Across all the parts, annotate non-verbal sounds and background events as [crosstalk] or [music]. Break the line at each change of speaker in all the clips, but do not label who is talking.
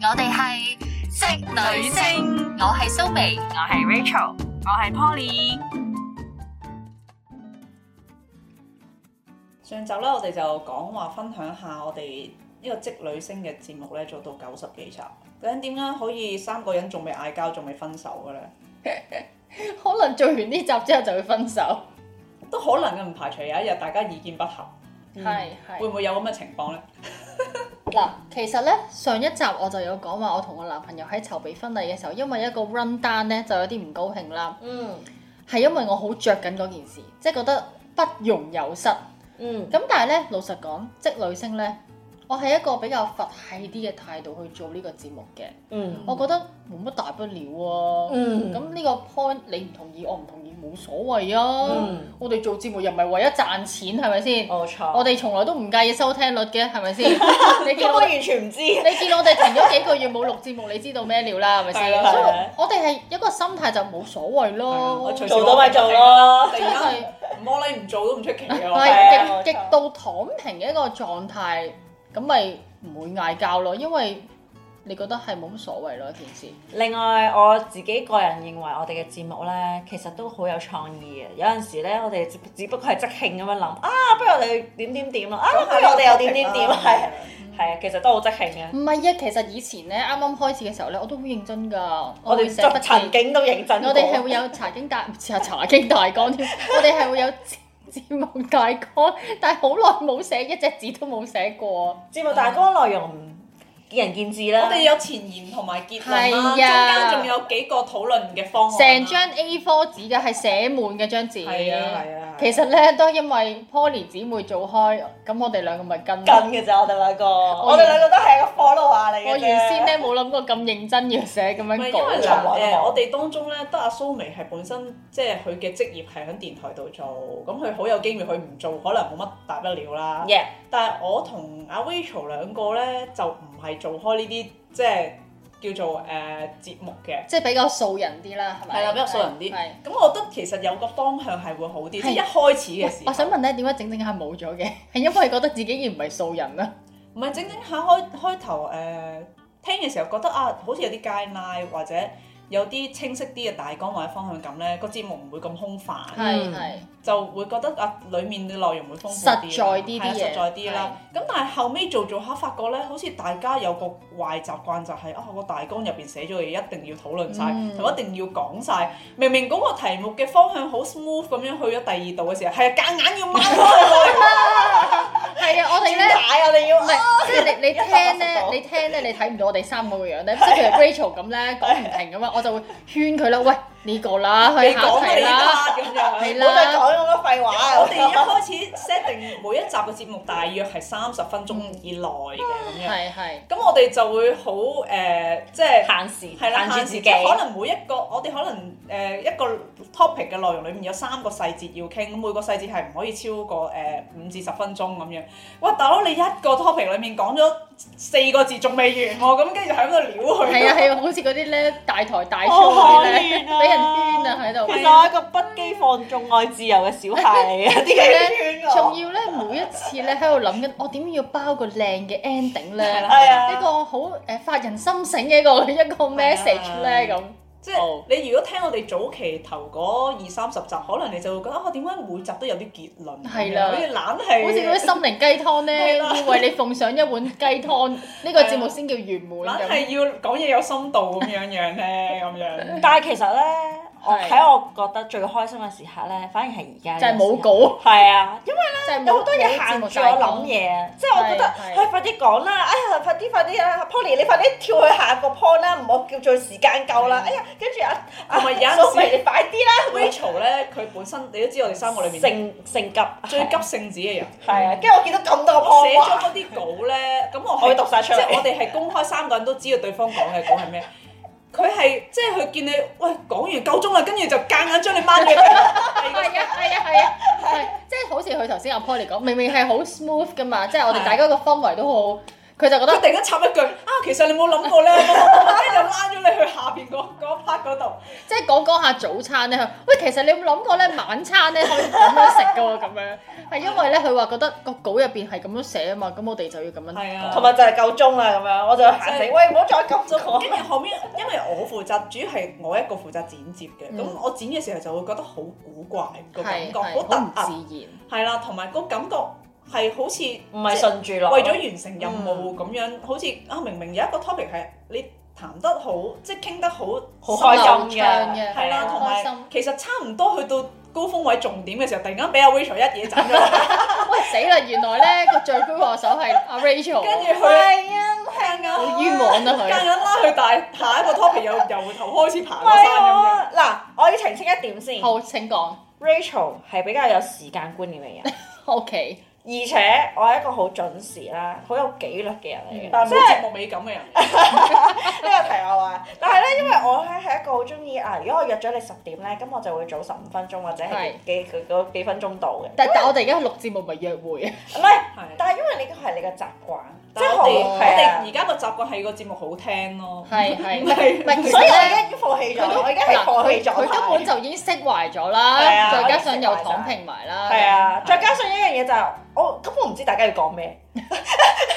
我哋係職女聲，
星，
我係蘇眉，
我係 Rachel，我係 Poly。
上集咧，我哋就講話分享下我哋呢個職女聲嘅節目咧，做到九十幾集。究竟點解可以三個人仲未嗌交，仲未分手嘅咧？
可能做完呢集之後就會分手，
都可能嘅，唔排除有一日大家意見不合，
嗯
係
會
係
唔會有咁嘅情況咧？
嗱，其實咧上一集我就有講話，我同我男朋友喺籌備婚禮嘅時候，因為一個 run down 咧就有啲唔高興啦，
嗯
係因為我好着緊嗰件事，即係覺得不容有失。
嗯
咁但係咧，老實講，職女聲咧，我係一個比較佛系啲嘅態度去做呢個節目嘅，
嗯
我覺得冇乜大不了啊。
嗯
咁呢個 point 你唔同意，我唔同意，冇所謂啊。
嗯
我哋做節目又唔係為咗賺錢，係咪先？
冇錯，
我哋從來都唔介意收聽率嘅，係咪先？你見我哋，
全唔知。
你見我哋停咗幾個月冇錄節目，你知道咩料啦，係咪
係
先？
啦
所以
係啦
我哋係一個心態就冇所謂咯，
我隨時
做到咪做咯
突
真
然
係
間唔摸你唔做都唔出奇嘅。
[laughs]
我
係啊
係
冇錯
極極度躺平嘅一個狀態，咁咪唔會嗌交咯，因為你覺得係冇乜所謂咯，一件事。
另外我自己個人認為我哋嘅節目咧，其實都好有創意嘅。有陣時咧，我哋只只不過係即興咁樣諗啊，不如我哋點點點啦，啊，不如我哋又點點點啦，係係啊，其實都好即興嘅。
唔係啊，其實以前咧啱啱開始嘅時候咧，我都好認真㗎，
我
會
哋
寫
作
筆記
曾經都認真過
我哋係會有茶經大，茶茶經大綱添。 [laughs] 我哋係會有節節目大綱，但係好耐冇寫，一隻字都冇寫過。
節目大綱內容唔見仁見智啦
我。哋有前言同埋結論啦，中
係啊
間仲有幾個討論嘅方案啦。
成張 A4 紙嘅係寫滿嘅張紙。
係啊係啊，
其實咧都係因為 Poly 姊妹做開，咁我哋兩個咪跟。
近嘅咋，我哋兩個，我
我
哋
原
兩個都係一個 follower 嚟嘅啫。
我原先咧冇諗過咁認真要寫咁
唔係
樣
因為
講
嗱
錯
錯。
我都
誒，
冇
我哋當中咧得阿蘇眉係本身即係佢嘅職業係喺電台度做，咁佢好有機會佢唔做可能冇乜大不了啦。
Yeah，
但係我同阿 Rachel 兩個咧就唔係做開呢啲即係叫做誒、呃、節目嘅，
即係比較素人啲啦，係咪？
係啦比較素人啲
係。
咁我覺得其實有個方向係會好啲，即係
係
一開始嘅
喂
時候
我想問咧，點解整整下冇咗嘅？係因為覺得自己已經唔係素人啦。
唔係整整下開開頭誒、呃、聽嘅時候覺得啊，好似有啲 guideline 或者有啲清晰啲嘅大綱或者方向感咧，個節目唔會咁空泛。
係
嗯
係。
就會覺得啊，裡面嘅內容會豐富啲
實
啦，
在啲啲
係啊
嘢
實在啲啦。咁但係後尾做做下，發覺咧，好似大家有個壞習慣就係、啊，個大綱入邊寫咗嘅嘢一定要討論晒，
嗯
同、一定要講晒。明明嗰個題目嘅方向好 smooth 咁樣去咗第二度嘅時候，係啊，夾硬要掹開去。
係啊，我哋咧
點。解我哋要
唔係，即係你你聽咧，
180
你聽咧，你睇唔到我哋三個個樣咧，即係譬如 Rachel 咁咧，
[laughs]
講唔停咁樣，啊我就會勸佢啦，喂呢個啦，去
你
下
講
一
嘅
題
你
啦，
part 咁樣。
係
唔好再
啦，
講咁多廢話啊！
我哋
[laughs]
一開始 set 定每一集嘅節目大約係三十分鐘以內嘅咁樣，
係係，
咁我哋就會好誒、呃即係。
限時，
係啦，
限
限
住
時
自己。
即係可能每一個我哋可能誒、呃一個 topic 嘅內容裏面有三個細節要傾，咁每個細節係唔可以超過誒五至十分鐘咁樣。哇，大佬你一個 topic 裏面講咗四個字仲未完喎，咁跟住喺度撩佢。
係啊係啊，好似嗰啲咧大台大
[laughs]
show
好
嗰啲
可
咧，
憐啊
俾人圈啊喺度。
其實我係一個不羈放縱愛自由嘅小孩嚟嘅，啲
咧
人圈
仲
我。
要咧，每一次咧喺度諗緊，我點樣要包個靚嘅 ending 咧？
係啊
一個好誒發人心醒嘅一個 [laughs] 一個 message 咧咁。
啊
即係你如果聽我哋早期頭嗰二三十集，可能你就會覺得啊，點解每集都有啲結論咁樣？
係啦
好似懶係。
好似嗰啲心靈雞湯咧，
係啦
要為你奉上一碗雞湯，呢個節目先叫圓
[laughs]
滿
懶
咁。
係要講嘢有深度咁樣樣咧，咁
[laughs]
樣。
但係其實咧，我
係
喺我覺得最開心嘅時刻咧，反而係而家。
就係冇稿。，
係啊，因為
就係冇
有好多嘢限
冇
住
節目
我
大
諗
綱。
嘢，即係我覺得，
係係
唉，快啲講啦！哎呀，快啲快啲啊，Polly，你快啲跳去下一個 point 啦，唔好叫做時間夠啦！哎呀，跟住啊，啊
同埋有陣時
蘇眉你快啲啦！
Rachel 咧，佢本身你都知我哋三個裏面
性性急，
最急性子嘅人。
係啊，跟住我見到咁多個
我
point，
寫咗
哇
嗰啲稿咧，咁我
我會
係
讀晒出嚟
即係我哋係公開三個人都知道對方講嘅稿係咩。佢係即係佢見你喂講完夠鐘啦，跟住就夾硬將你掹咗佢。
係啊係啊係啊係，即係好似佢頭先阿 Polly 講，明明係好 smooth 噶嘛，即係我哋大家個氛圍都好佢就覺
佢
得
突然間插一句啊，其實你冇諗過咧，咁我就拉咗你去下邊嗰嗰 part 嗰度。
即係講講下早餐咧，佢喂其實你有冇諗過咧晚餐咧可以咁樣食噶喎咁樣，係因為咧佢話覺得個稿入邊係咁樣寫啊嘛，咁我哋就要咁樣
係啊
講。
同埋就係夠鐘啦咁樣，我就行死，
真係
喂唔好再咁鐘我
跟。住後面，因為我負責，主要係我一個負責剪接嘅，咁、
嗯
我剪嘅時候就會覺得好古怪個感
係
覺，好
係好唔
突兀，
自然，
係啦，同埋個感覺係好似
唔係順住落，
為咗完成任務咁樣，好似啊明明有一個 topic 係你談得好，即係傾得好，
好開
心
心
流暢
嘅，
嘅
係啦，
啊
同
開心
埋其實差唔多去到高峰位重點嘅時候，突然間俾阿 Rachel 一嘢斬
[laughs]
咗落嚟，
喂死啦！原來咧個罪魁禍首係阿 Rachel，
跟住佢
係啊，
夾硬
好冤枉啊
夾硬
佢。
拉佢，但係下一個 topic 又由頭開始爬
唔
個山
係啊
咁
我
樣。
嗱，我要澄清一點先
好，請講。
，Rachel 係比較有時間觀念嘅人，
O K，
而且我係一個好準時啦，好有紀律嘅人嚟嘅。
嗯但係冇節目美感嘅人，
呢個題外話，但係咧，因為我咧係一個好中意啊，如果我約咗你十點咧，咁我就會早十五分鐘或者係
係
幾幾嗰幾分鐘到嘅。
但但我哋而家錄節目咪約會啊，
唔係， [laughs]
係。
但係因為你個係你嘅習慣，即
但
係
係
好
我哋我
係啊
哋而家個習慣係個節目好聽咯，
係係唔係
係
唔係，其實
所以我而
咧
家已經放棄
佢
咗，
都
我而家係放
佢
棄咗
佢根本
態。
就已經釋懷咗
係啊
啦，再加上又
我已經釋懷
躺平埋啦，
係啊，再加上一樣嘢就係我咁，我唔知大家要講咩， [laughs]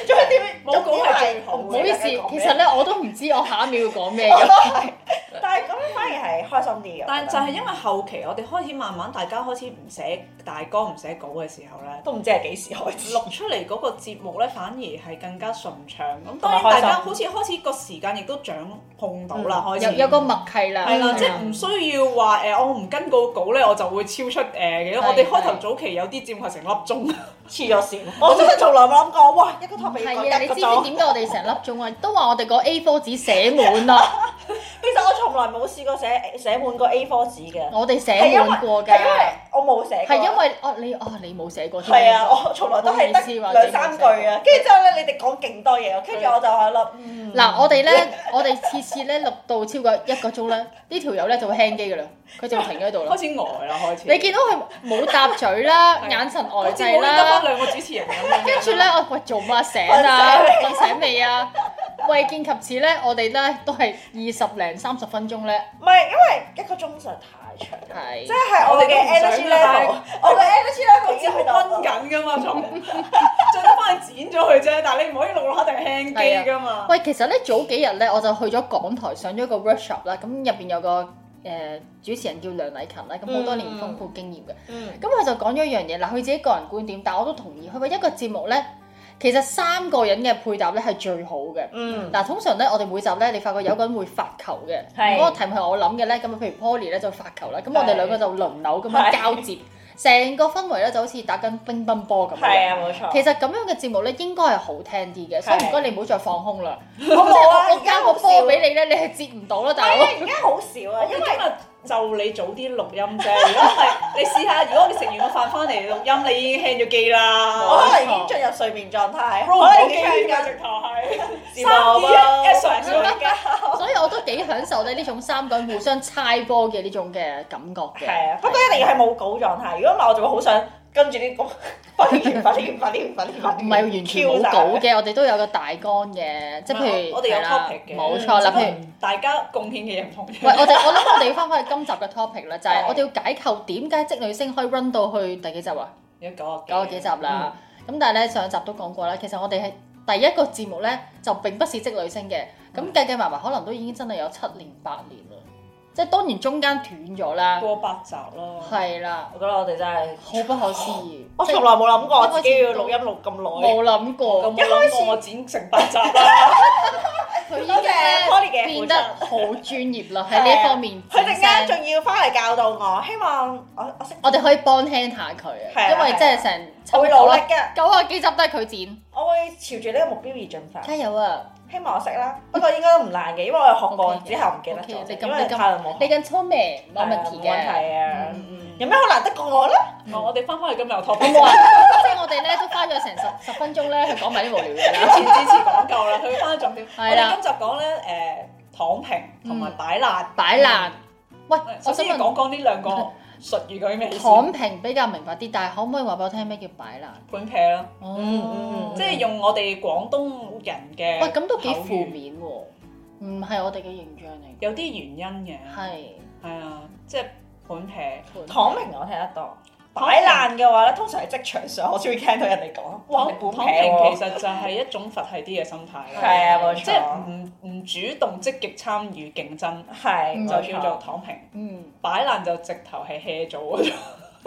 仲有啲
冇講係最好嘅
唔好意思，其實
實
咧我都唔知我下一秒要講咩
[laughs] 我
嘅，
都係，但係咁樣反而係開心啲嘅。
但
我
係
覺得
就係因為後期我哋開始慢慢大家開始唔寫大綱唔寫稿嘅時候咧，
都唔知係幾時開始。
錄出嚟嗰個節目咧反而係更加順暢。
同
咁當
埋
然
開心
大家好似開始個時間亦都掌控到啦，開
嗯有
始
有個默契啦，
係啦，
嗯
即係唔需要話誒，我唔跟個稿咧，我就會超出誒嘅。我哋開頭早期有啲節目係成粒鐘，
黐咗線，我真係從來冇諗過，哇！一個 topic 要
係
講
啊，
一
你
個
知唔知
鐘，
點解我哋成粒鐘啊？都話我哋個 A4 紙寫
[laughs]
滿啦，
其實我從來冇試過寫寫滿個 A4 紙嘅，
我哋
係
寫
因為
滿過
係因為
㗎，
我冇寫過，
係因為哦你哦你冇寫過添，
係啊，我從來都係
唔好意思
得
話
兩三句啊，跟住之後咧，你哋講勁多嘢，跟住我就喺度，嗯
嗱，我哋咧，我哋次次咧錄到超過一個鐘咧，呢條友咧就會輕機噶啦，佢就會停咗喺度
[laughs]
啦
開。始呆啦，開始。
你見到佢冇搭嘴啦，
係
眼神呆
好似
滯
冇得翻
啦，
兩個主持人咁樣。
跟
[laughs]
住咧，我喂做乜醒啊？瞓醒未啊？為見及此咧，我哋咧都係二十零三十分鐘咧，
唔係因為一個鐘實在太長，
係
即係我哋嘅 energy
我哋都唔想啦
level，我嘅 energy level 已
知
經
好
去到
温緊噶嘛，啊仲 [laughs] 最多幫你剪咗佢啫，但係你唔可以錄落一定輕機噶嘛。
喂，其實咧早幾日咧，我就去咗港台上咗個 workshop 啦，咁入邊有個誒、呃主持人叫梁禮勤啦，咁好多年豐富經驗嘅。
嗯，
咁佢就講咗一樣嘢，嗱，佢自己個人觀點，但我都同意。佢話一個節目呢，其實三個人嘅配搭呢係最好嘅。
嗯，
嗱，通常呢，我哋每集呢，你發覺有個人會發球嘅，
係
嗰個題目係我諗嘅呢。咁譬如 Poly 呢就發球啦，咁我
係
哋兩個就輪流咁樣
係
交接，成個氛圍呢就好似打緊乒乓波咁
係
樣。
啊，冇錯。
其實咁樣嘅節目呢應該係好聽啲嘅，所以唔該你唔好再放空啦。
我冇啊，
我
而家
交
好
個
少
波，俾你呢，你係接唔到啦，大
係
佬
啊。，而家好少啊，
我哋
因
今
為。
日就你早啲錄音啫，如果唔係你試下，如果你食完個飯翻嚟錄音，你已經輕咗機
我可
啦。
能已經進入睡眠狀態，
roll 唔
可能
到
已
機
經聽
㗎，
緊
直頭係。
字幕啊，
三二一 action
所以我都幾享受咧呢種三個人互相猜波嘅呢種嘅感覺嘅。
係啊，不過一定要係冇稿狀態，如果唔係我就會好想跟住啲 [laughs] 稿，快啲完，快啲完，快啲完，快啲完，
唔係完全冇稿嘅，我哋都有個大綱嘅，即係譬如
我哋有
係啦
topic 嘅
冇錯啦。
只不過
譬如
大家貢獻嘅嘢唔同
喂，
嘅。
我哋我諗我哋要翻返去今集嘅 topic 啦，就係
係
我哋要解構點解積女星可以 run 到去第幾集啊？
有九啊
九十幾集啦。
嗯
咁但係咧上集都講過啦，其實我哋係第一個節目咧就並不是積女星嘅，
嗯
咁計計埋埋可能都已經真係有七年八年啦。即係當然中間斷咗啦，
過八集咯。
係啦，
我覺得我哋真係，
好不可思議。
我
即係
從來冇諗過自己要錄音錄咁耐。
冇諗過。
咁開始我剪成八 [laughs] 集啦，
佢已經
多謝 Polly 嘅付
變
出
得好專業啦，喺呢一方面。
佢陣間仲要翻嚟教導我，希望我我識，
我哋可以幫輕下佢
係啊
啊，因為真係成
我會努力嘅，
九啊幾集都係佢剪，
我會朝住呢個目標而進發。
加油啊！
希望我識啦，不過應該都唔難嘅，因為我學過
OK 嘅
之後唔記得
OK，你
咗，
咁
因為
你咁
太耐冇
你
學。
咁聰明冇問題
係啊冇問
嘅。
題啊
嗯
有咩好難得過我咧？
我我哋翻返去今日有
我
topic
冇話，即係我哋咧都花咗成十十分鐘咧去講埋啲無聊
[laughs]
嘢啦。
前之前講夠啦，佢翻重點。我
係啦
哋今集講咧誒躺平同埋擺爛。
擺爛，喂，
喂
我
首
想
先要
問
講講呢兩個術語究竟咩意思？
躺平比較明白啲，但係可唔可以話俾我聽咩叫擺爛？
盤劈咯，
嗯嗯
即係用我哋廣東人嘅
哦喂，咁都幾
口語
負面喎，唔係我哋嘅形象嚟，
有啲原因嘅，
係
係啊，即係盤劈
嗯
躺平我聽得多，擺爛嘅話咧，通常喺職場上我先會聽到人哋講，哇，你本
躺
平喎
平其實就係一種佛系啲嘅心態啦，
係啊，冇錯，
即係唔唔主動積極參與競爭，
係冇
嗯
就叫做
錯。
躺平。
嗯
擺爛就直頭係 hea 做嗰種，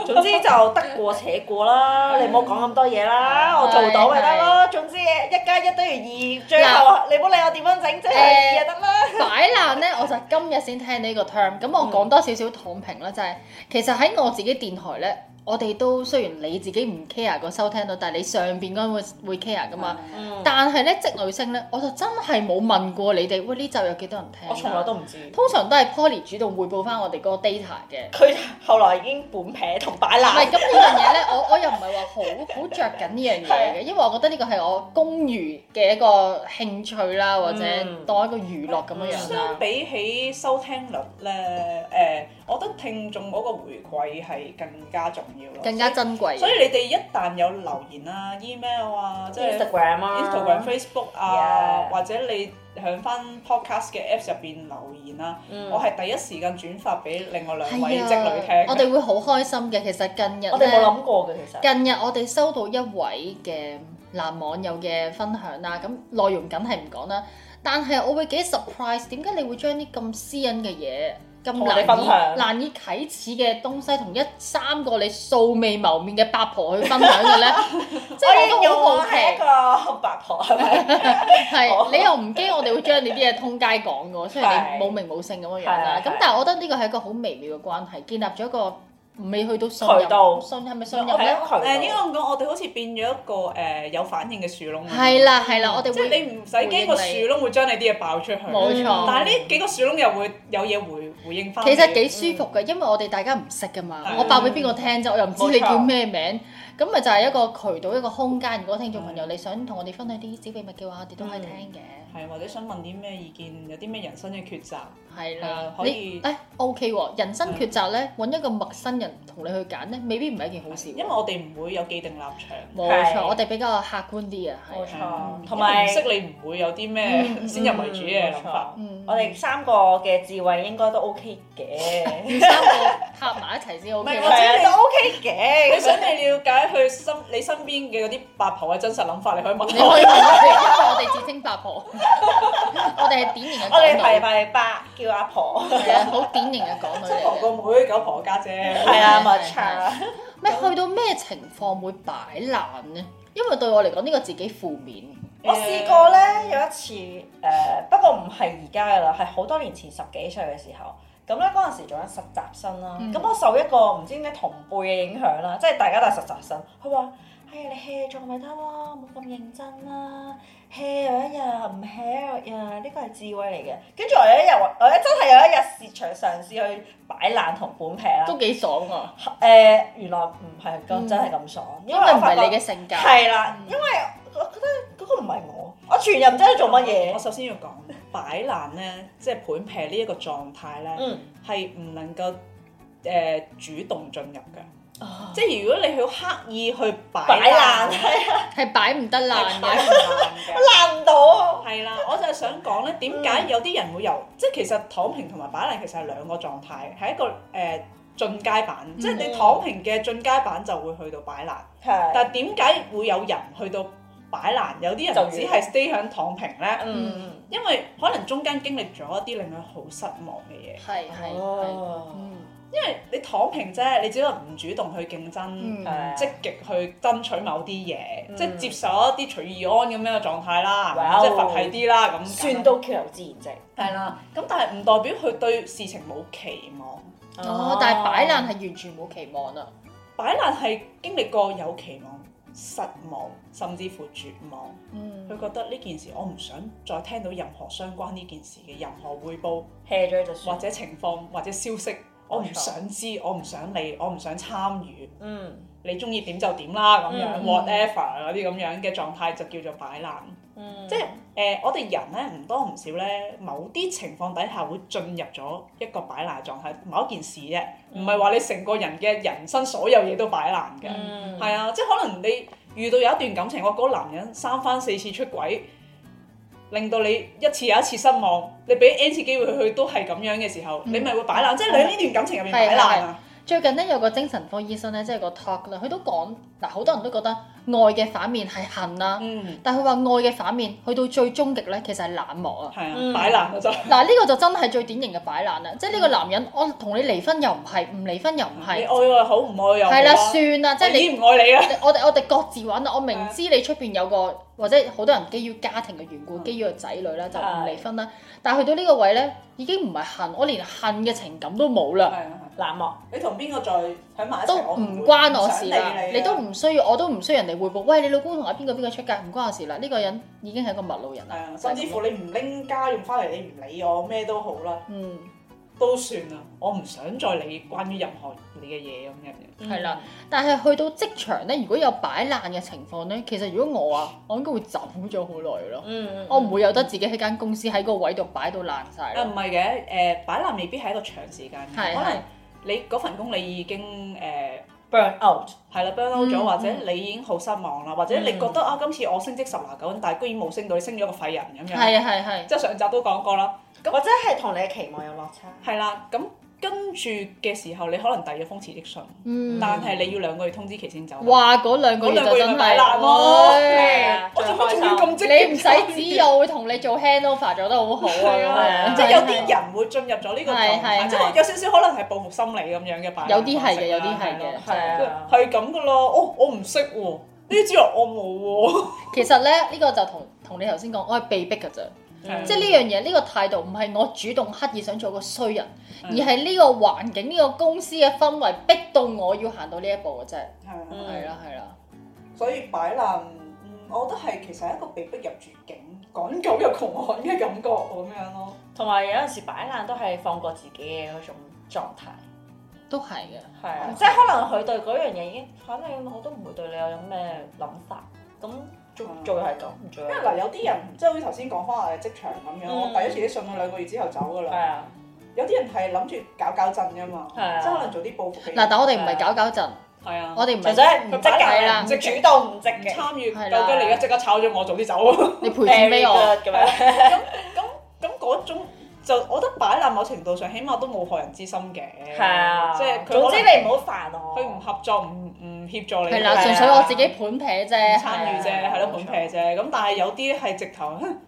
總之就得過且過啦，你唔好講咁多嘢啦，我做到咪得咯。總之一加一等於二，最後啊你唔好理我點樣整，即係二就得啦。
擺爛咧，我就係今日先聽呢個 term。咁
嗯
我講多少少躺平啦，就係、其實喺我自己電台咧，我哋都雖然你自己唔 care 個收聽率，但係你上邊嗰陣會會 care 噶嘛。
嗯
但係咧積女星咧，我就真係冇問過你哋，喂呢集有幾多人聽啊？
我從來都唔知。
通常都係 Poly 主動匯報翻我哋嗰個 data
[laughs]
嘅。
佢後來已經本撇同擺
唔係
爛，
咁呢樣嘢咧，我我又唔係話好好着緊呢樣嘢嘅，因為我覺得呢個係我公餘嘅一個興趣啦，或者
嗯
當一個娛樂咁樣樣
相
啦。
比起收聽率咧，誒、我覺得聽眾嗰個回饋係更加重要咯，
更加珍貴
所以
嘅。
你哋一旦有留言啊、email 啊，即係
Instagram 啊
Instagram、Facebook 啊
Yeah
或者你響翻 podcast 嘅 Apps 入邊留言啊，
嗯
我係第一時間轉發俾另外兩位
係
職女聽
啊，。我哋會好開心嘅。其實近日
我哋冇
咧，
諗過嘅其實。
近日我哋收到一位嘅男網友嘅分享啦，咁內容梗係唔講啦。但係我會幾 surprise，點解你會將啲咁私隱嘅嘢、咁
同我哋
難
分享
以難以啟齒嘅東西，同一三個你素未謀面嘅八婆去分享
[laughs]
嘅咧？即
我已
係
經
我都
用
好
我
好奇，
係一個八婆係咪？
係你又唔驚我哋會將你啲嘢通街講嘅喎，雖然你冇名冇姓咁樣樣啦。
係
咁
係
但係我覺得呢個係一個好微妙嘅關係，建立咗一個未去到信
渠道
任，信係咪信任咧？
我係啊
誒
一
應該
個
咁講，我哋好似變咗一個誒、有反應嘅樹窿。
係，啦係啦，我哋
即係
會
你唔使驚個樹窿會將你啲嘢爆出去。
冇
嗯
錯。
但係呢幾個樹窿又會有嘢回回應翻。
其實幾舒服嘅，因為我哋大家唔識噶嘛，
係
我爆俾邊個聽啫，我又唔知
冇錯
你叫咩名，咁咪就係一個渠道一個空間。如果聽眾朋友你想同我哋分享啲小秘密嘅話，我哋都可以聽嘅。
係或者想問啲咩意見，有啲咩人生嘅抉擇，
係
係
啦
啊，可
你
以
誒 OK 喎，人生抉擇咧，揾一個陌生人同你去揀咧，未必唔係一件好事喎。
因為我哋唔會有既定立場，
冇
係
錯，我哋比較客觀啲啊，係
冇
啊。
錯，同
同埋
埋
嗯唔識你唔會有啲咩
嗯嗯
先入為主嘅諗法。
嗯，
我哋三個嘅智慧應該都 OK 嘅，
三個拍埋一齊先
唔
OK
係
啦。
我
係啊都 OK 嘅。
你想你了解佢身你身邊嘅嗰啲八婆嘅真實諗法，你可以問
你可
我。
以問我哋，因為我哋自稱八婆，我哋係典型嘅
我哋排
港
排八叫阿婆，
女，係啊，好典型
[laughs]
嘅港女
七
嚟
婆
嘅。
個妹，九婆個家姐。
[laughs] 係啊，
係
冇
係
錯。
咩去到咩情況會擺爛呢？因為對我嚟講，呢個自己負面。
我試過咧有一次，誒、不過唔係而家噶啦，係好多年前十幾歲嘅時候。咁咧嗰陣時做緊實習生啦，
嗯
咁、我受一個唔知點解同輩嘅影響啦，即係大家都係實習生。佢話：哎呀，你 hea 做咪得咯，冇咁認真啦，hea 有一日唔 hea 有一日，呢、個係智慧嚟嘅。跟住我有一日話，我真係有一日試場嘗試去擺爛同本劈啦。
都幾爽啊！
誒、原來唔係咁真係咁爽，因
因
為
為
我
嗯唔
發覺
係你嘅性格，嗯
係啦，因為我覺得嗰個唔係我，我全日唔知佢做乜
我
嘢。
首先要講擺爛咧，即係盤劈呢一個狀態咧，
嗯，
係唔能夠誒主動進入嘅。即係如果你好刻意去擺
啊擺爛
爛，
係啊，
係擺唔得爛
係
嘅。
擺唔爛嘅。
爛唔到啊！
係啦，我就係想講咧，點解
嗯
有啲人會由即係其實躺平同埋擺爛其實係兩個狀態，係一個誒、呃、進階版，
嗯
即係你躺平嘅進階版就會去到擺爛。
係，
但係點解會有人去到擺爛？有啲
就
人
完
只係 stay 喺躺平咧，
嗯，
因為可能中間經歷咗一啲令佢好失望嘅嘢。
係係係，
嗯哦，
嗯
因為你躺平啫，你只係唔主動去競爭。
嗯
係
積極去爭取某啲嘢，
嗯
即係接受一啲隨遇安咁樣嘅狀態啦，
哇哦
即係佛系啲啦咁。
算到橋頭自然直。
係啦，咁但係唔代表佢對事情冇期望。
哦，但係擺爛係完全冇期望啊！
擺爛係經歷過有期望、失望，甚至乎絕望。
嗯
佢覺得呢件事我唔想再聽到任何相關呢件事嘅任何匯報
hea 咗就算
或。者情況或者消息，我唔想知，我唔想理，我唔想參與。
嗯
你中意點就點啦，咁樣
嗯
whatever 嗰啲咁樣嘅狀態就叫做擺爛。
嗯
即係誒、我哋人咧唔多唔少咧，某啲情況底下會進入咗一個擺爛狀態，某一件事啫，唔係話你成個人嘅人生所有嘢都擺爛嘅，係、
嗯
啊，即係可能你遇到有一段感情，我嗰個男人三番四次出軌，令到你一次又一次失望，你俾 N 次機會佢都係咁樣嘅時候，
嗯
你咪會擺爛，即係你喺呢段感情入面
係
擺爛
係
啊，
最近咧有個精神科醫生咧，即係個 talk 啦，佢都講嗱，好多人都覺得愛嘅反面係恨啦，
嗯，
但係佢話愛嘅反面去到最終極咧，其實係冷漠啊。
係啊，
嗯
擺爛啊就。
嗱，呢個就真係最典型嘅擺爛啦，即係呢個男人，我同你離婚又唔係，唔離婚又唔
你
係
愛，我好，唔愛我又好
係啦，
啊
算啦，即係你。
我已經唔愛你啦。
我哋我哋各自玩啦。我明知你出邊有個或者好多人基於家庭嘅緣故，
嗯
基於個仔女啦，就唔
係
離婚啦。但係去到呢個位咧，已經唔係恨，我連恨嘅情感都冇啦，
冷漠。
你同邊個再喺埋一齊
都
我
唔
會
關我事
唔想
啦
理。啊
你都唔需要，我都唔需要人哋彙報。喂，你老公同阿邊個邊個出街，唔關我事啦。呢個人已經係一個陌路人
係
啦
啊，，甚至乎你唔拎家用翻嚟，你唔理我咩都好啦，
嗯。
都算啦。我唔想再理關於任何你嘅嘢咁樣嘅。
嗯係啦，但係去到職場咧，如果有擺爛嘅情況咧，其實如果我啊，我應該會走咗好耐咯，
嗯，
我唔會由得自己喺間公司喺個位度擺到爛晒
啊，
咯。
唔係嘅，誒擺爛未必係一個長時間嘅，
係
嗯可
係
能你嗰份工你已經誒
burn out。
係啦 burn out 咗，
嗯
或者你已經好失望啦，或者你覺得啊今次我升職十拿九穩，但係居然冇升到，你升咗個廢人咁樣。
係啊係係。
即係上集都講過啦。
或者係同你嘅期望有落差。
係啦，咁跟住嘅時候，你可能遞咗封辭職信，
嗯
但係你要兩個月通知期先走。
哇！嗰兩個
嗯嗰
月
兩
就
個月
真
咪
係
擺爛 [laughs] 咯，
唉
係啊
我做乜仲要咁積極？
你唔使啊指我會同你做 handover 做得好好
係啊
啊，咁樣
即係有啲人會進入咗呢個狀
係係
態，
係
即係有少少可能係報復心理咁樣嘅擺爛
有啲係
方
嘅，
式
有
啦
啲係嘅。
係啊，
係咁噶啦。哦，我唔識喎，呢啲資料我冇喎。
其實咧，呢個就同同你頭先講，我係被逼㗎咋。
嗯
即係呢樣嘢，呢個態度唔係我主動刻意想做個衰人，而
嗯
係呢個環境、呢個公司嘅氛圍逼到我要行到呢一步嘅啫。
係啊，
係啦，係啦。
所以擺爛，嗯我覺得係其實係一個被逼入絕境、趕狗入窮巷嘅感覺咁樣咯。
同埋有陣時擺爛都係放過自己嘅嗰種狀態。
都係嘅，
係啊，即係可能佢對嗰樣嘢已經，反正我都唔會對你有咩諗法。咁做
嗯
做又係咁，唔做又
因為
係
嗱，
咁
有啲人即係好似頭先講翻我哋職場咁樣，我
嗯
遞咗自己信，我兩個月之後走噶
係
啦。
啊，
有啲人係諗住搞搞震噶嘛，
係啊
即係可能做啲報復嘅嘢。
嗱，但我哋唔係搞搞陣，
係啊，
我哋唔
純粹
係
係唔積極
係
嘅，
啦
唔主動唔積極，
參與，
係
究
啦
竟你而家即刻炒咗我，早啲走。 [laughs]
你賠錢俾我。
Very good 咁樣。
咁嗰種就我覺得擺爛某程度上，起碼都冇害人之心嘅。
係啊，
即係佢
總
可
之
能
你唔好煩我。
佢唔合作，唔唔協助你。
係啦，
係啊
純粹我自己盤撇
唔
啫，
參與
係
啫，
啊
係咯，
冇錯
本撇啫。咁但係有啲係直頭，哼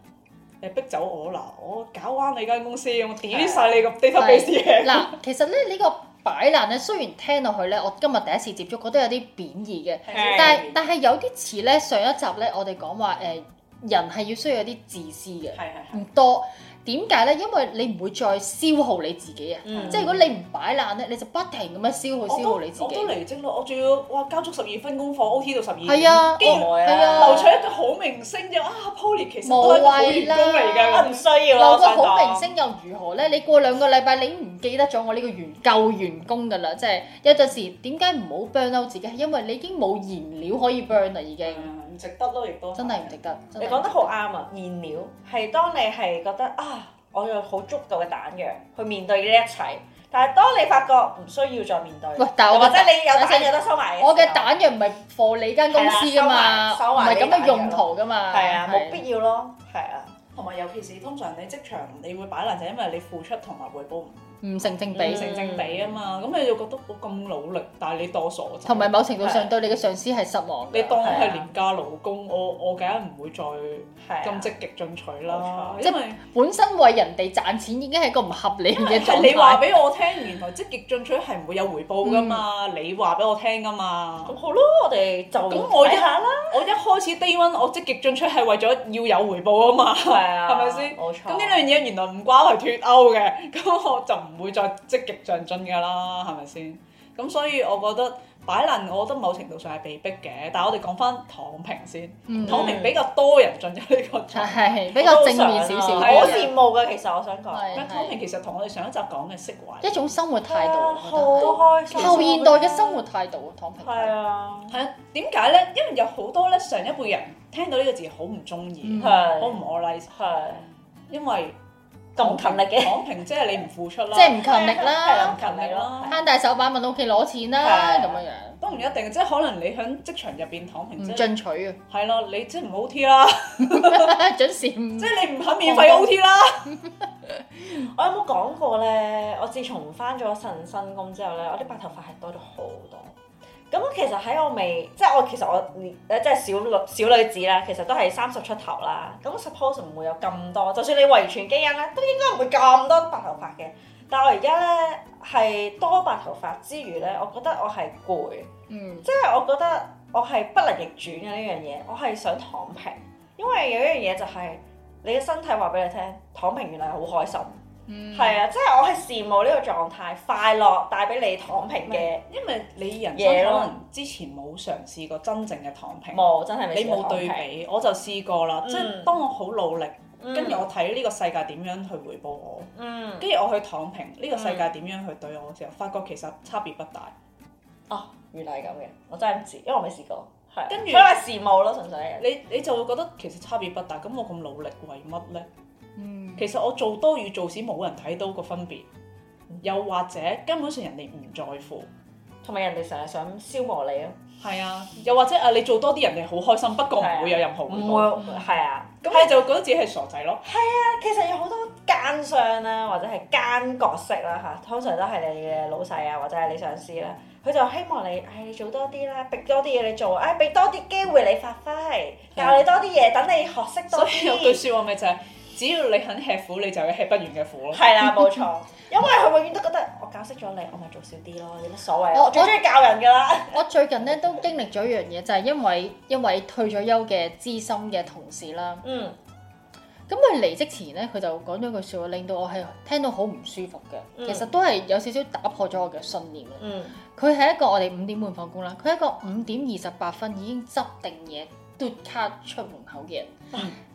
你逼走我啦，我搞彎你間公司，我 delete 晒你個 database 嘅。
嗱，其實咧呢個擺爛咧，雖然聽落去咧，我今日第一次接觸，覺得有啲貶義嘅，
係
但係但係有啲似咧上一集咧，我哋講話誒，人係要需要有啲自私嘅，
係係係
唔多。點解咧？因為你唔會再消耗你自己啊！
嗯
即係如果你唔擺爛咧，你就不停咁樣消
我
耗
都
消耗你自己
我。都離職咯，我仲要哇交足十二分功課，OT 到十二。
係啊，
跟住
我
來啊
係啊，
留取一個好明星嘅啊，Poly 其實都係一個好員工嚟
無
啊
謂
㗎
唔。需要
留
咯，
個
我
好明
想講。
星又如何呢？你過兩個禮拜，你唔記得咗我呢個員舊員工㗎啦，即係有陣時點解唔好 burn out 自己？係因為你已經冇燃料可以 burn 啦，已經
唔值得咯，亦都
真係唔值得。真
你
係唔值得
講得好啱啊！燃料係當你係覺得啊，我有好足夠嘅彈藥去面對呢一切，但係當你發覺唔需要再面對，
喂但係我
又或者
覺得
你有彈藥都收埋時候，
我嘅彈藥唔係 for 你間公司㗎嘛，
係啦收
唔
埋
係
收
咁
埋
嘅用途㗎嘛。
係啊，冇
要。
必要咯，係啊，
同埋尤其是通常你職場你會擺爛就係因為你付出同埋回報唔
唔成正
嗯
比，
成正比啊嘛，咁你就覺得我咁努力，但係你當我傻仔
同埋某程度
係
上對你嘅上司係失望㗎。
你當我
係
係
啊
廉價勞工，我我梗係唔會再咁
係啊
積極進取啦，
冇
錯
因為
本身為人哋賺錢已經係一個唔合理嘅狀
係
[laughs]
態。
你話俾我聽，原來積極進取係唔會有回報噶嘛，你話俾我聽噶嘛。
咁好咯，我哋就
咁我一
睇下啦，
我一開始低 a 我積極進取係為咗要有回報啊嘛，
係啊，
係咪先？
冇錯。
哦
咁呢兩樣嘢原來唔關係脱歐嘅， [laughs] 咁我就唔會再積極進進㗎啦，係咪先？咁所以我覺得擺爛，我覺得某程度上係被逼嘅，但係我哋講翻躺平先，
嗯
躺平比較多人進入呢
[laughs]
個狀態。
係比較正面少少
我都好想
嘅。
啊我羨慕嘅，其實我想
係嗯
講，
咁躺平其實同我哋上一集講嘅釋懷
一種生活態度，
啊
我覺得
好
係
開心。啊
後現代嘅生活態度，躺平。
係啊，
係啊，點解咧？因為有好多咧上一輩人聽到呢個字好唔中意，
嗯
好
係
唔 a l i k
係
因為
咁勤力嘅，
講平即係你唔付出啦，
即係唔勤力啦，
唔啊勤力咯，
慳大手板問屋企攞錢啦，
係
咁樣樣
都唔一定，即係可能你喺職場入邊躺平，
唔
即係
進取啊， [laughs]
係咯，你即係唔 O T 啦，
準時唔
即係你唔肯免費 O T 啦，
我有冇講過咧？我自從翻咗份新工之後咧，我啲白頭髮係多咗好多。咁其實喺我未，即係我其實我呃誒即係小女小女子啦，其實都係三十出頭啦。咁 suppose 唔會有咁多，就算你遺傳基因咧，都應該唔會咁多白頭髮嘅。但係我而家咧係多白頭髮之餘咧，我覺得我係攰。
嗯
即係我覺得我係不能逆轉嘅呢樣嘢，我係想躺平，因為有一樣嘢就係、你嘅身體話俾你聽，躺平原來係好開心，
嗯
係、啊，即係我係羨慕呢個狀態，快樂帶俾你躺平嘅
因為你人
嘢
生
咯
可能之前冇嘗試過真正嘅躺平，
冇，真係未
你
試過
冇對
躺平，
比，我就試過啦，
嗯
即係當我好努力，
嗯
跟住我睇呢個世界點樣去回報我，
嗯
跟住我去躺平，呢個世界點樣去對我嘅時候，發覺其實差別不大。
哦，原來係咁嘅，我真係唔知，因為我未試過，係啊
跟住
因為羨慕咯，純粹
你你就會覺得其實差別不大，咁我咁努力為乜呢？
嗯
其實我做多與做少冇人睇到個分別，又或者根本上人哋唔在乎。
同埋人哋成日想消磨你咯，
係啊，又或者啊，你做多啲人哋好開心，不過唔會有任何回
唔
報，
會係啊。
咁你就會覺得自己係傻仔咯。
其實有好多奸相啦，或者係奸角色啦嚇，通常都係你嘅老細啊，或者係你上司啦。佢就希望你，唉，你做多啲啦，俾多啲嘢你做，唉，俾多啲機會你發揮，教你多啲嘢，等你學識多
所以有句
啲。
説話咪就係、只要你肯吃苦，你就會吃不完嘅苦咯。
係啦，冇錯，因為佢永遠都覺得我教識咗你，我咪做少啲咯，有乜所謂啊？
我
我最中意教人㗎
[laughs]
啦。
我最近咧都經歷咗一樣嘢，就係、因為一位退咗休嘅資深嘅同事啦。
嗯
咁佢離職前咧，佢就講咗句説話，令到我係聽到好唔舒服嘅。
嗯
其實都係有少少打破咗我嘅信念嘅。
嗯
佢係一個我哋五點半放工啦，佢係一個五點二十八分已經執定嘢嘟卡出門口嘅人。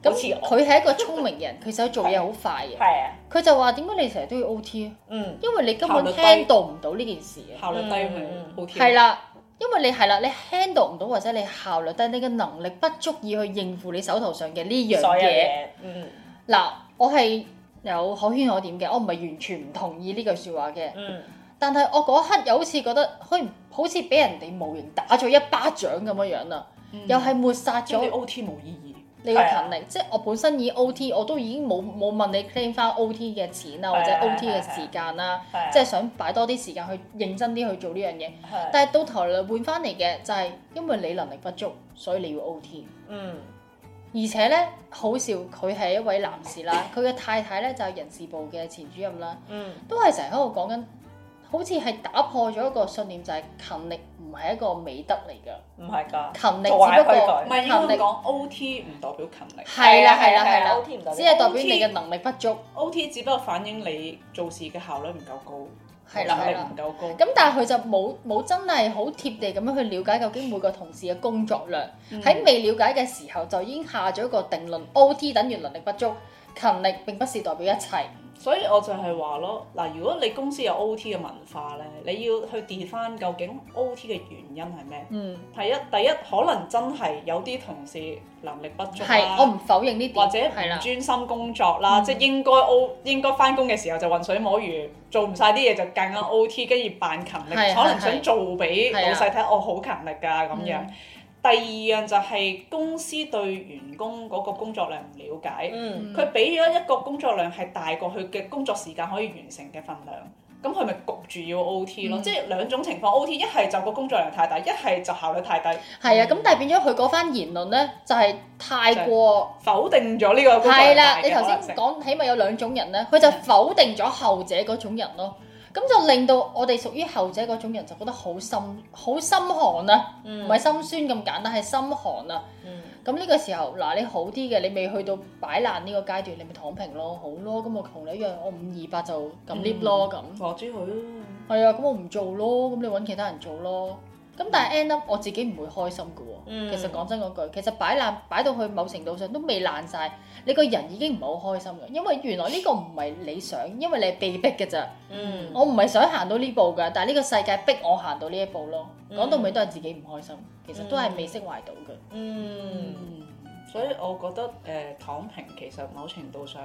咁
好似我
佢係一個聰明嘅人，佢想做嘢好快嘅。
係啊，
佢就話：點解你成日都要 O T 啊？
嗯
因為你根
效
本
率低
handle 唔到呢件事啊。
效率低咪
嗯
好跳。
係啦，因為你係啦，你 handle 唔到或者你效率低，你嘅能力不足以去應付你手頭上嘅呢樣
所有
嘢。
嘢嗯
嗱，我係有可圈可點嘅，我唔係完全唔同意呢句説話嘅，
嗯
但係我嗰刻又好似覺得，好似好似俾人哋無形打咗一巴掌咁樣樣啦，
嗯
又係抹殺
即係你
咗
OT 冇意義，
你嘅勤力。
啊
即係我本身已 OT，我都已經冇冇問你 claim 翻 OT 嘅錢啊，或者
係啊
OT
係啊
嘅時間啦，
係啊
即係想擺多啲時間去認真啲去做呢樣嘢。
係啊
但係到頭嚟換翻嚟嘅就係因為你能力不足，所以你要 OT。
嗯
而且咧好笑，佢係一位男士啦，佢嘅太太咧就係人事部嘅前主任啦，
嗯
都係成日喺度講緊，好似係打破咗一個信念，就係勤力唔係一個美德嚟㗎，
唔係㗎，
勤力只不
做壞規
過
矩
唔係應
勤
該
力
講 OT 唔代表勤力
係啦係啦
係啊
係
係啊
啦
，OT 唔代表，
只係代表你嘅能力不足，
，OT 只不過反映你做事嘅效率唔夠高，
係啦
能
係
力
啦
唔。夠高。
咁但係佢就冇冇真係好貼地咁樣去了解究竟每個同事嘅工作量，
嗯
喺、未了解嘅時候就已經下咗一個定論，OT 等於能力不足，勤力並不是代表一切。
所以我就係話咯，嗱，如果你公司有 OT 嘅文化咧，你要去 define 究竟 OT 嘅原因係咩？
嗯，
第一，第一可能真係有啲同事能力不足
係
啦，
我唔否認呢點，
啊或者唔
係啦。
專心工作啦，
嗯
即係應該 O 應該翻工嘅時候就混水摸魚，做唔晒啲嘢就夾硬 OT，跟住扮勤力，
係
可能
係
想做俾
係啊
老細睇我好勤力啊㗎咁樣。
嗯
第二樣就係公司對員工嗰個工作量唔了解。
嗯。
嗯
佢俾咗一個工作量係大過佢嘅工作時間可以完成嘅份量，咁佢咪焗住要 O T 咯？
嗯
即係兩種情況，O T 一係就個工作量太大，一係就效率太低，
係啊，咁但係變咗佢嗰番言論咧，就係、太過
否定咗呢個工作
係
量
啦。
大
你
嘅嗯
頭
可能性
先。講起碼有兩種人咧，佢就否定咗後者嗰種人咯。咁就令到我哋屬於後者嗰種人就覺得好心好心寒啊，唔
嗯
嗯
係、心酸咁簡單，係心寒啊。咁呢個時候嗱，你好啲嘅，你未去到擺爛呢個階段，你咪躺平咯，好咯。咁我同你一樣，我五二八就咁 lift 咯咁。
我知佢咯，
係啊，咁我唔做咯，咁你揾其他人做咯。咁但係 end up 我自己唔會開心嘅喎。
嗯
其實講真嗰句，其實擺爛擺到去某程度上都未爛晒，你個人已經唔係好開心嘅，因為原來呢個唔係你想，因為你係被逼嘅咋。
嗯
我唔係想行到呢步㗎，但係呢個世界逼我行到呢一步咯。
嗯
講到尾都係自己唔開心，其實都係未釋懷到嘅。
嗯，
嗯，所以我覺得誒、呃躺平其實某程度上，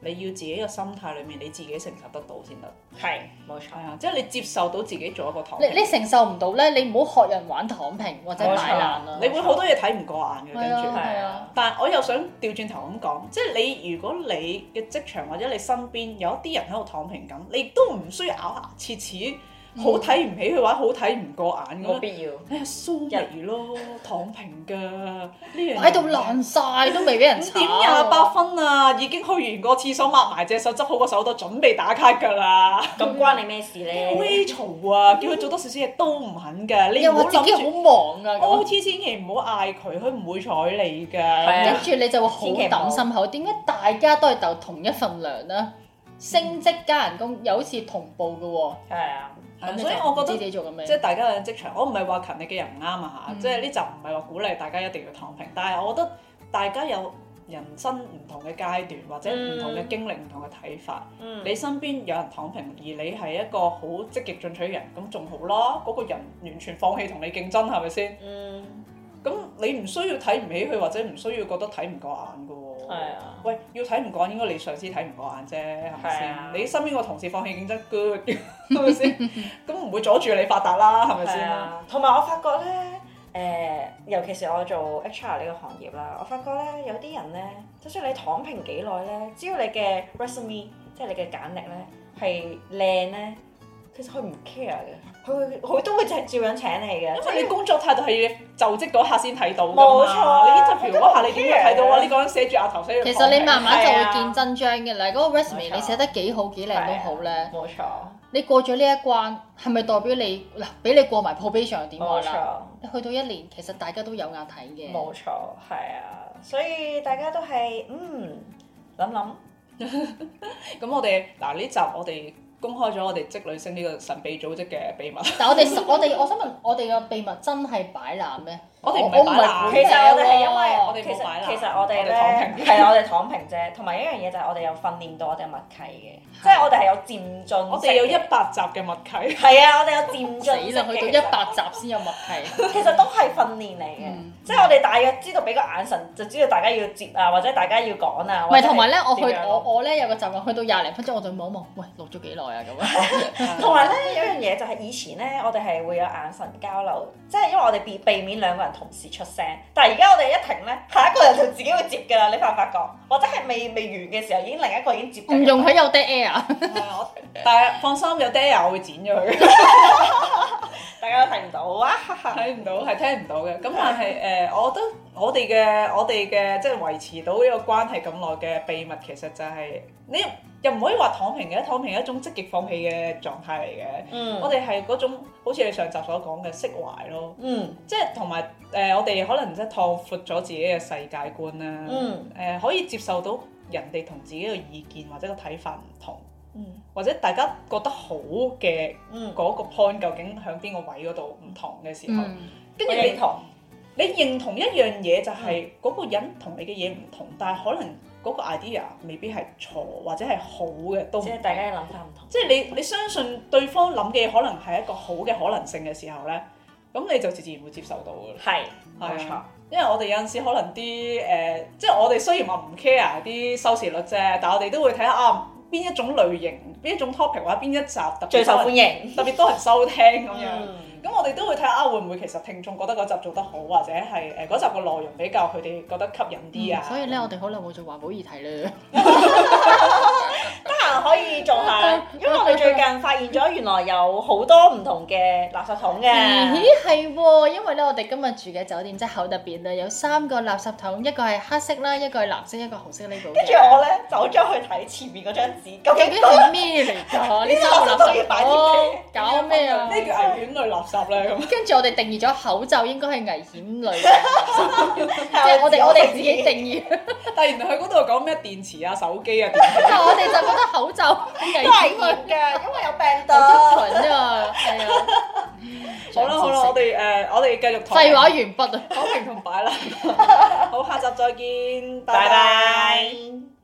你要自己嘅心態裏面你自己承受得到先得。
係冇錯
係。啊，即係你接受到自己做一個躺
你
平，
你承受唔到咧，你唔好學人玩躺平或者
冇錯
擺爛啦。
你會好多嘢睇唔過眼嘅。跟
係
住
啊，
係
但係我又想調轉頭咁講，即係你如果你嘅職場或者你身邊有一啲人喺度躺平緊，你都唔需要咬牙切齒，好
嗯
睇唔起佢或者好睇唔過眼
冇
咁。
必要。
你係蘇眉咯，躺平㗎呢樣嘢
擺到爛晒都未俾人
五
炒。
點廿八分啊，已經去完個廁所，抹埋隻手，執好個手袋，準備打卡㗎啦。
咁關你咩事
嗯
咧？
威嘈啊，叫佢做多少少嘢都唔肯㗎，你
又
唔
話
好
自己
諗
好
住
忙啊咁
O。T 千祈唔好嗌佢，佢唔會睬你
係
㗎。
啊
跟住你就會好抌心口。點解大家都係鬥同一份糧呢？升職加人工又好似同步嘅
係啊，
喎，咁
所以我覺
自
得
己做緊咩？
即係大家喺職場，我唔係話勤力嘅人唔啱啊嚇，
嗯
即係呢集唔係話鼓勵大家一定要躺平，但係我覺得大家有人生唔同嘅階段，或者唔同嘅經歷、唔同嘅睇法。
嗯
你身邊有人躺平，而你係一個好積極進取嘅人，咁仲好啦。嗰、個人完全放棄同你競爭，係咪先？
嗯
咁你唔需要睇唔起佢，或者唔需要覺得睇唔過眼㗎喎。
係啊，
喂，要睇唔過眼，應該你上司睇唔過眼啫，係咪
係啊
先？你身邊個同事放棄競爭 good，係
[laughs]
咪先？咁唔會阻住你發達啦，係咪
係
先？
啊。同埋我發覺咧，誒，尤其是我做 HR 呢個行業啦，我發覺咧有啲人咧，就算你躺平幾耐咧，只要你嘅 resume，即係你嘅簡歷咧係靚咧，其實佢唔 care 嘅，佢會佢都會就係照樣請你嘅，
因為你工作態度係要就職嗰刻先睇到㗎嘛
冇錯啊
你 interview 嗰下你點會睇到
我都唔 care
啊？呢個人寫住額頭寫住
其
糖
實你慢慢就
係啊
會見真章嘅啦。嗰個 resume
冇錯啊
你寫得幾好幾靚都好咧，
冇錯，
你過咗呢一關，係咪代表你嗱俾你過埋 probation 又點話
冇
啦？
錯。
你去到一年，其實大家都有眼睇嘅。
冇錯，係啊，所以大家都係嗯諗諗，
咁我哋嗱呢集我哋公開咗我哋職女星呢個神秘組織嘅秘密，
但我哋我哋我想問，我哋嘅秘密真係擺爛咩？
我哋唔
我
係
唔
擺
係
爛
好
其實我哋係因為
喎
我哋
其
冇擺
實
爛
其實我哋
我哋躺
咧
平
係啊我哋躺平啫，同埋一樣嘢就係我哋有訓練到我哋嘅默契嘅，即係我哋係有漸進式嘅，
我哋有一百集嘅默契。
係啊，我哋有漸進
死
式
啦！
嘅
去到一百集先有默契。
其實，其實都係訓練嚟嘅，
嗯
即係我哋大約知道俾個眼神就知道大家要接啊，或者大家要講啊，
唔係，同埋咧，我去
或者係點樣
我我咧有個習慣，去到廿零分鐘我就望一望，喂，錄咗幾耐啊
[laughs]
咁
[laughs]
樣。
同埋咧有一樣嘢就係以前咧，我哋係會有眼神交流，即係因為我哋避避免兩個人同時出聲。但係而家我哋一停咧，下一個人就自己會接㗎啦，你發唔發覺？或者係未未完嘅時候，已經另一個已經接緊
唔容許有 dead air 啊！
係啊我 [laughs] 但係放心，有 d a 我會剪咗佢。
大家都睇唔到啊！哈哈
睇唔到，係聽唔到嘅。咁但係誒、我覺得我哋嘅我哋嘅即係維持到呢個關係咁耐嘅秘密，其實就係、你又唔可以話躺平嘅，躺平係一種積極放棄嘅狀態嚟嘅。
嗯
我哋係嗰種好似你上集所講嘅釋懷咯，
嗯
即係同埋誒，我哋可能即係擴闊咗自己嘅世界觀啦。
嗯
誒、可以接受到人哋同自己嘅意見或者個睇法唔同，
嗯
或者大家覺得好嘅
嗯，
嗰個 point 究竟喺邊個位嗰度唔同嘅時候，
嗯，
跟
我嗯
住
認
你
同
你認同一樣嘢就係嗰個人同你嘅嘢唔同，但係可能嗰個 idea 未必係錯或者係好嘅都唔
即係大家嘅諗法唔同。
即係你你相信對方諗嘅嘢可能係一個好嘅可能性嘅時候咧，咁你就自然會接受到㗎啦。
係冇
係
錯
啊，因為我哋有陣時可能啲誒、呃即係我哋雖然話唔 care 啲收視率啫，但係我哋都會睇下啊邊一種類型、邊一種 topic 或者邊一集特別
最受歡
多人
迎。
特別多人收聽咁樣。
嗯
咁我哋都會睇下會唔會其實聽眾覺得嗰集做得好，或者係誒嗰集個內容比較佢哋覺得吸引啲啊。
嗯
所以咧，我哋好耐冇做環保議題啦。
得閒可以做下，因為我哋最近發現咗原來有好多唔同嘅垃圾桶
嗯
咦
嘅，，
係喎，因為咧，我哋今日住嘅酒店真係好特別啦，有三個垃圾桶，一個係黑色啦，一個係藍色，一個紅色呢個。
跟住我咧走咗去睇前面嗰張紙，究
究
竟
竟係咩嚟㗎？呢三個垃圾桶哦搞咩啊？
呢叫危險類垃圾咧咁。
跟住我哋定義咗口罩應該係危險類嘅 [laughs] 垃圾，即係我哋我哋自己定義。 [laughs]
但係原來佢嗰度講咩電池啊、手機啊、電
但係我哋就覺得口罩好危
都係
險啊
熱！嘅，因為有病
好
毒。
蠢啊，係啊。
好啦好啦，我哋誒、呃我哋繼續躺
廢
平
話完畢啊！
躺平同擺啦。好，下集再見，
拜
拜拜
拜。